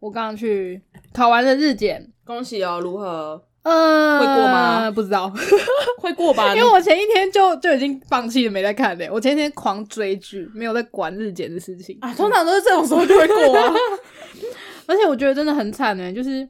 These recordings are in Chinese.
我刚刚去考完了日检，恭喜哦！如何？呃，会过吗不知 道，会过 吧？因为我前一天就就已经放弃了，没在看嘞。我前一天狂追剧，没有在管日检的事情你啊，通常都是这种时候就会过啊。而且我觉得真的很惨呢，就是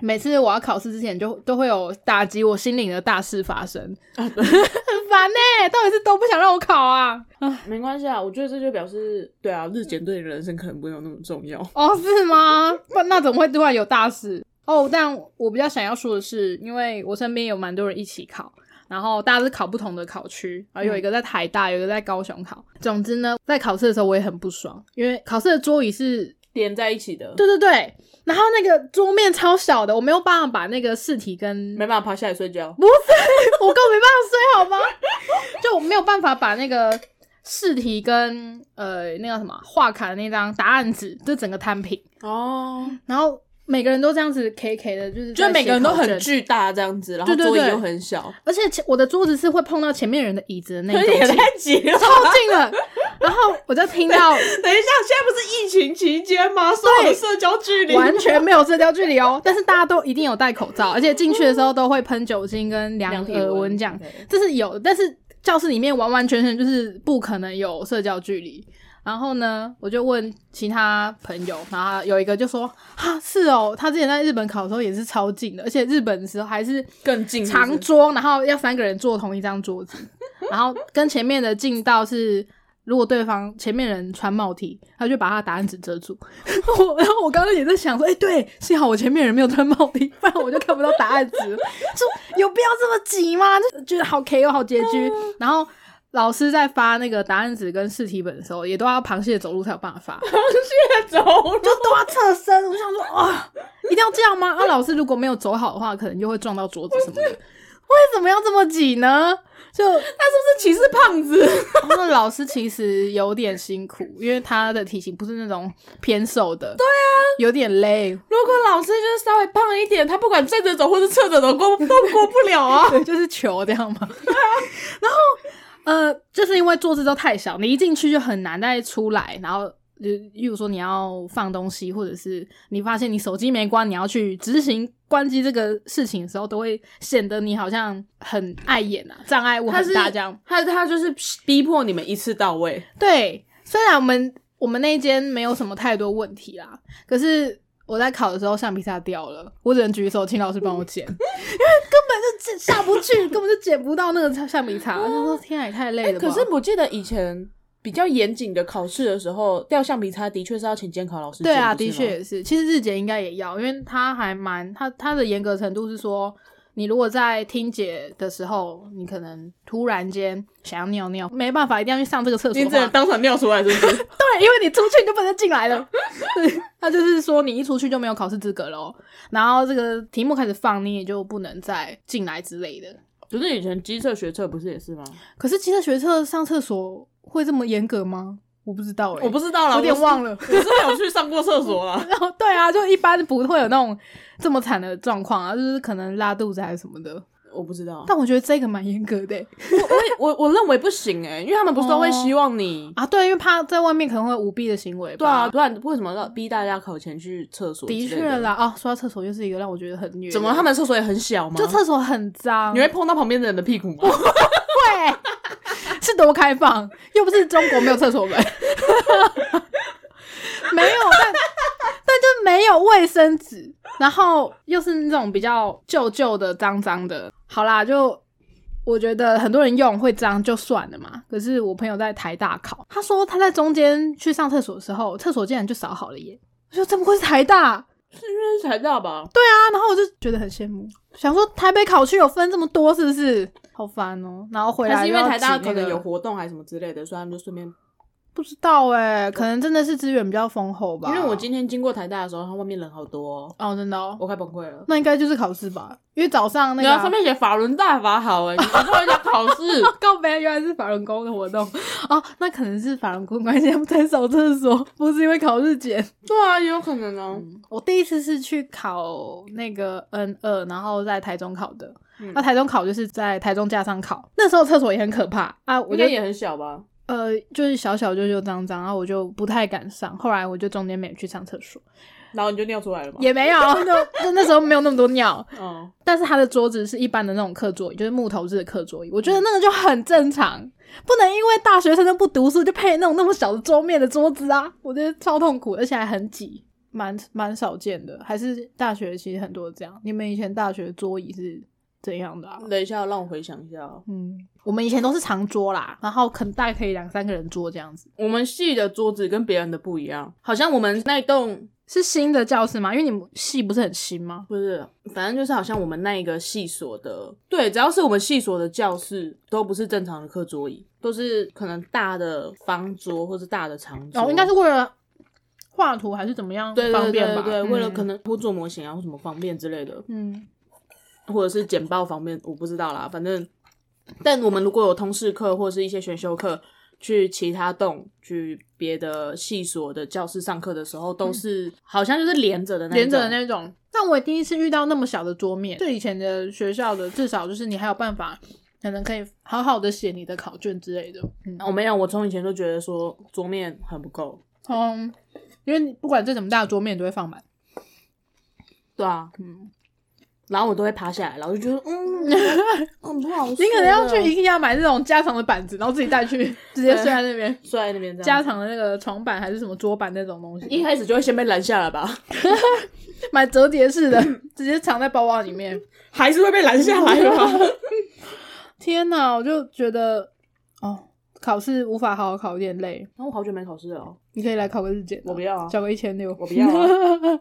每次我要考试之前就，都会有打击我心灵的大事发生， 很烦呢。到底是都不想让我考啊？ 没关系啊，我觉得这就表示，对啊，日检对你人生可能没有那么重要。哦，是吗？不，那怎么会突然有大事？哦，但我比较想要说的是，因为我身边有蛮多人一起考，然后大家是考不同的考区，然后有一个在台大，有一个在高雄考。总之呢，在考试的时候我也很不爽，因为考试的桌椅是连在一起的，对对对，然后那个桌面超小的，我没有办法把那个试题跟没办法爬下来睡觉。不是，我根本没办法睡好吗？就我没有办法把那个试题跟呃那个什么画卡的那张答案纸，这整个摊平，哦，然后每个人都这样子 K K 的，就是就在每个人都写考很卷，巨大这样子，然后对对座椅对又很小，而且前我的桌子是会碰到前面人的椅子的那种， 也近太挤了。超近的。然后我就听到等一下，现在不是疫情期间吗？所有的社交距离完全没有社交距离 哦，但是大家都一定有戴口罩，而且进去的时候都会喷酒精跟量体额温这样。嗯这是有的，但是教室里面完完全全就是不可能有社交距离。然后呢，我就问其他朋友，然后有一个就说：“哈，是哦，他之前在日本考的时候也是超近的，而且日本的时候还是更近是不是长桌，然后要三个人坐同一张 桌子，然后跟前面的近道是，如果对方前面人穿帽 T，他就把他的答案纸遮 住。我然后我刚刚也在想说，哎、对，幸好我前面人没有穿帽 T，不然我就看不到答案纸了。就有必要这么急吗？就觉得好 KO 好拮据，然后。老师在发那个答案纸跟试题本的时候，也都要螃蟹走路才有办法发。走 路就都要侧身。我想说啊、一定要这样吗？啊，老师如果没有走好的话，可能就会撞到桌子什么的。 为什么要这么挤呢？就他是不是歧视胖子？那老师其实有点辛苦，因为他的体型不是那种偏瘦的，对啊，有点累，如果老师就是稍微胖一点，他不管站着走或是侧着走过都过不了啊。对，就是球这样嘛。 然后呃，就是因为坐姿都太小，你一进去就很难再出来，然后。就例如说你要放东西，或者是你发现你手机没关，你要去执行关机这个事情的时候，都会显得你好像很碍眼啊，障碍物 他很是大这样。他他就是逼迫你们一次到位，对，虽然我们我们那一间没有什么太多问题啦，可是我在考的时候橡皮擦掉了，我只能举手请老师帮我嗯 捡，因为根本就下不去，根本就捡不到那个橡皮擦。我想说天啊，也太累了吧。哎可是我记得以前比较严谨的考试的时候，掉橡皮擦的确是要请监考老师对检。啊，不是的吗确，也是。其实日检应该也要，因为它还蛮它它的严格程度是说，你如果在听解的时候，你可能突然间想要尿尿，没办法，一定要去上这个厕所的你话。只能当场尿出来，是不 是？对，因为你出去你就不能进来了。对，他就是说你一出去就没有考试资格喽。然后这个题目开始放，你也就不能再进来之类的。不是以前机测学测不是也是吗？可是其实学测上厕所会这么严格吗？我不知道哎、我不知道啦，有点忘了。 我是没有去上过厕所啦。然后对啊，就一般不会有那种这么惨的状况啊，就是可能拉肚子还是什么的。 我不知 道，但我觉得这个蛮严格的欸、我我我认为不行哎、因为他们不是都会希望你、啊，对，因为怕在外面可能会有舞弊的行为吧。对啊，不然为什么要逼大家考前去厕所之类的的？啊确啦。哦，说到厕所，又是一个让我觉得很虐的。怎么他们厕所也很小吗？就厕所很脏？你会碰到旁边的人的屁股吗？对，是多开放，又不是中国没有厕所门， 没有，但但就没有卫生纸，然后又是那种比较旧旧的、脏脏的。好啦，就我觉得很多人用会脏就算了嘛。可是我朋友在台大考，他说他在中间去上厕所的时候，厕所竟然就扫好了耶！我说怎么会是台大？ 是因为才大吧？啊，然后我就觉得很羡慕，想说台北考区有分这么多，是不是？好烦哦、然后回来还是啊因又为要台大挤可那能个有活动还是什么之类的，所以他们就顺便。不知道哎、可能真的是资源比较丰厚吧。因为我今天经过台大的时候，它外面人好多、哦，哦，真的哦，我快崩溃了。那应该就是考试吧，因为早上那对个、啊，上面写法轮大法好哎、你不会讲考试，告白原来是法轮功的活动 哦，那可能是法轮功关系他们在扫厕所，不是因为考日检。 对啊，也有可能哦、我第一次是去考那个 N 二，然后在台中考的。嗯那台中考就是在台中架上考，那时候厕所也很可怕啊！我应就该也很小吧？呃，就是小小就就脏脏，然后我就不太敢上。后来我就中间没有去上厕所，然后你就尿出来了吗？也没有， 那那那时候没有那么多尿，嗯，但是他的桌子是一般的那种课桌椅，就是木头制的课桌椅，我觉得那个就很正常，不能因为大学生都不读书就配那种那么小的桌面的桌子啊，我觉得超痛苦，而且还很挤，蛮蛮少见的，还是大学其实很多这样。你们以前大学桌椅是怎样的啊？等一下，让我回想一下哦。嗯，我们以前都是长桌啦，然后可能大概可以两三个人桌这样子。我们系的桌子跟别人的不一样，好像我们那一栋是新的教室吗？因为你们系不是很新吗？不是，反正就是好像我们那一个系所的，对，只要是我们系所的教室，都不是正常的课桌椅，都是可能大的方桌或是啊大的长桌，哦，应该是为了画图还是怎么样对对方对便吧？对对，为了嗯可能或做模型啊或什么方便之类的，嗯或者是简报方面，我不知道啦，反正，但我们如果有通识课或是一些选修课，去其他栋去别的系所的教室上课的时候，都是、好像就是连着的那嗯一连种着的那种。但我也第一次遇到那么小的桌面，对以前的学校的，至少就是你还有办法，可能可以好好的写你的考卷之类的。嗯，我哦没有，我从以前就觉得说桌面很不够。嗯，因为你不管再怎么大的桌面，你都会放满。对啊，嗯。然后我都会爬下来，然后就觉得，嗯， 很不好啊睡了。你可能要去一定要买这种加长的板子，然后自己带 去，直接睡在那边。睡在那边这样加子。长的那个床板还是什么桌板那种东一西，开始就会先被拦下来吧，买折叠式的，直接藏在包包里面。 还是会被拦下来 吧？天哪，我就觉得哦，考试无法好好考，有点累。然后我好久没考试了哦，你可以来考个日检啊，我不要啊 交个一千六，我不要啊。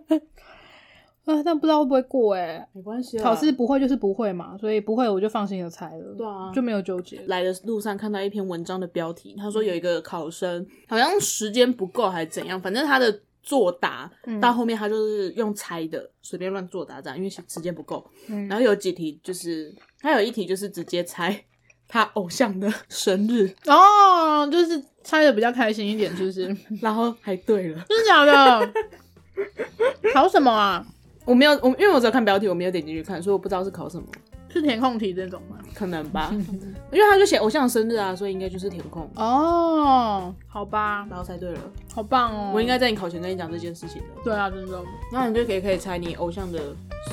啊，但不知道会不会过哎、没关系啦。啊考试不会就是不会嘛，所以不会我就放心的猜了，对啊就没有纠结。来的路上看到一篇文章的标题，他说有一个考生好像时间不够还是怎样，反正他的作答、嗯到后面他就是用猜的，随便乱作答这样，因为时间不够。嗯然后有几题就是，他有一题就是直接猜 他偶像的生日，哦，就是猜的比较开心一点，是不是？ 真然后还对了。的假的？考什么啊？我没有，我因为我只有看标题，我没有点进去看，所以我不知道是考什么，是填空题这种吗？可能 吧。因为他就写偶像生日啊，所以应该就是填空，哦，好吧，然后猜对了。好棒哦！我应该在你考前跟你讲这件事情的。对啊，真的，那你就可以可以猜你偶像的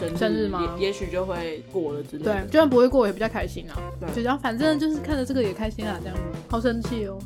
生日生日吗也也许就会过了之类对的。，就算不会过我也比较开心啊。对就然后反正就是看着这个也开心啊，这样好生气哦。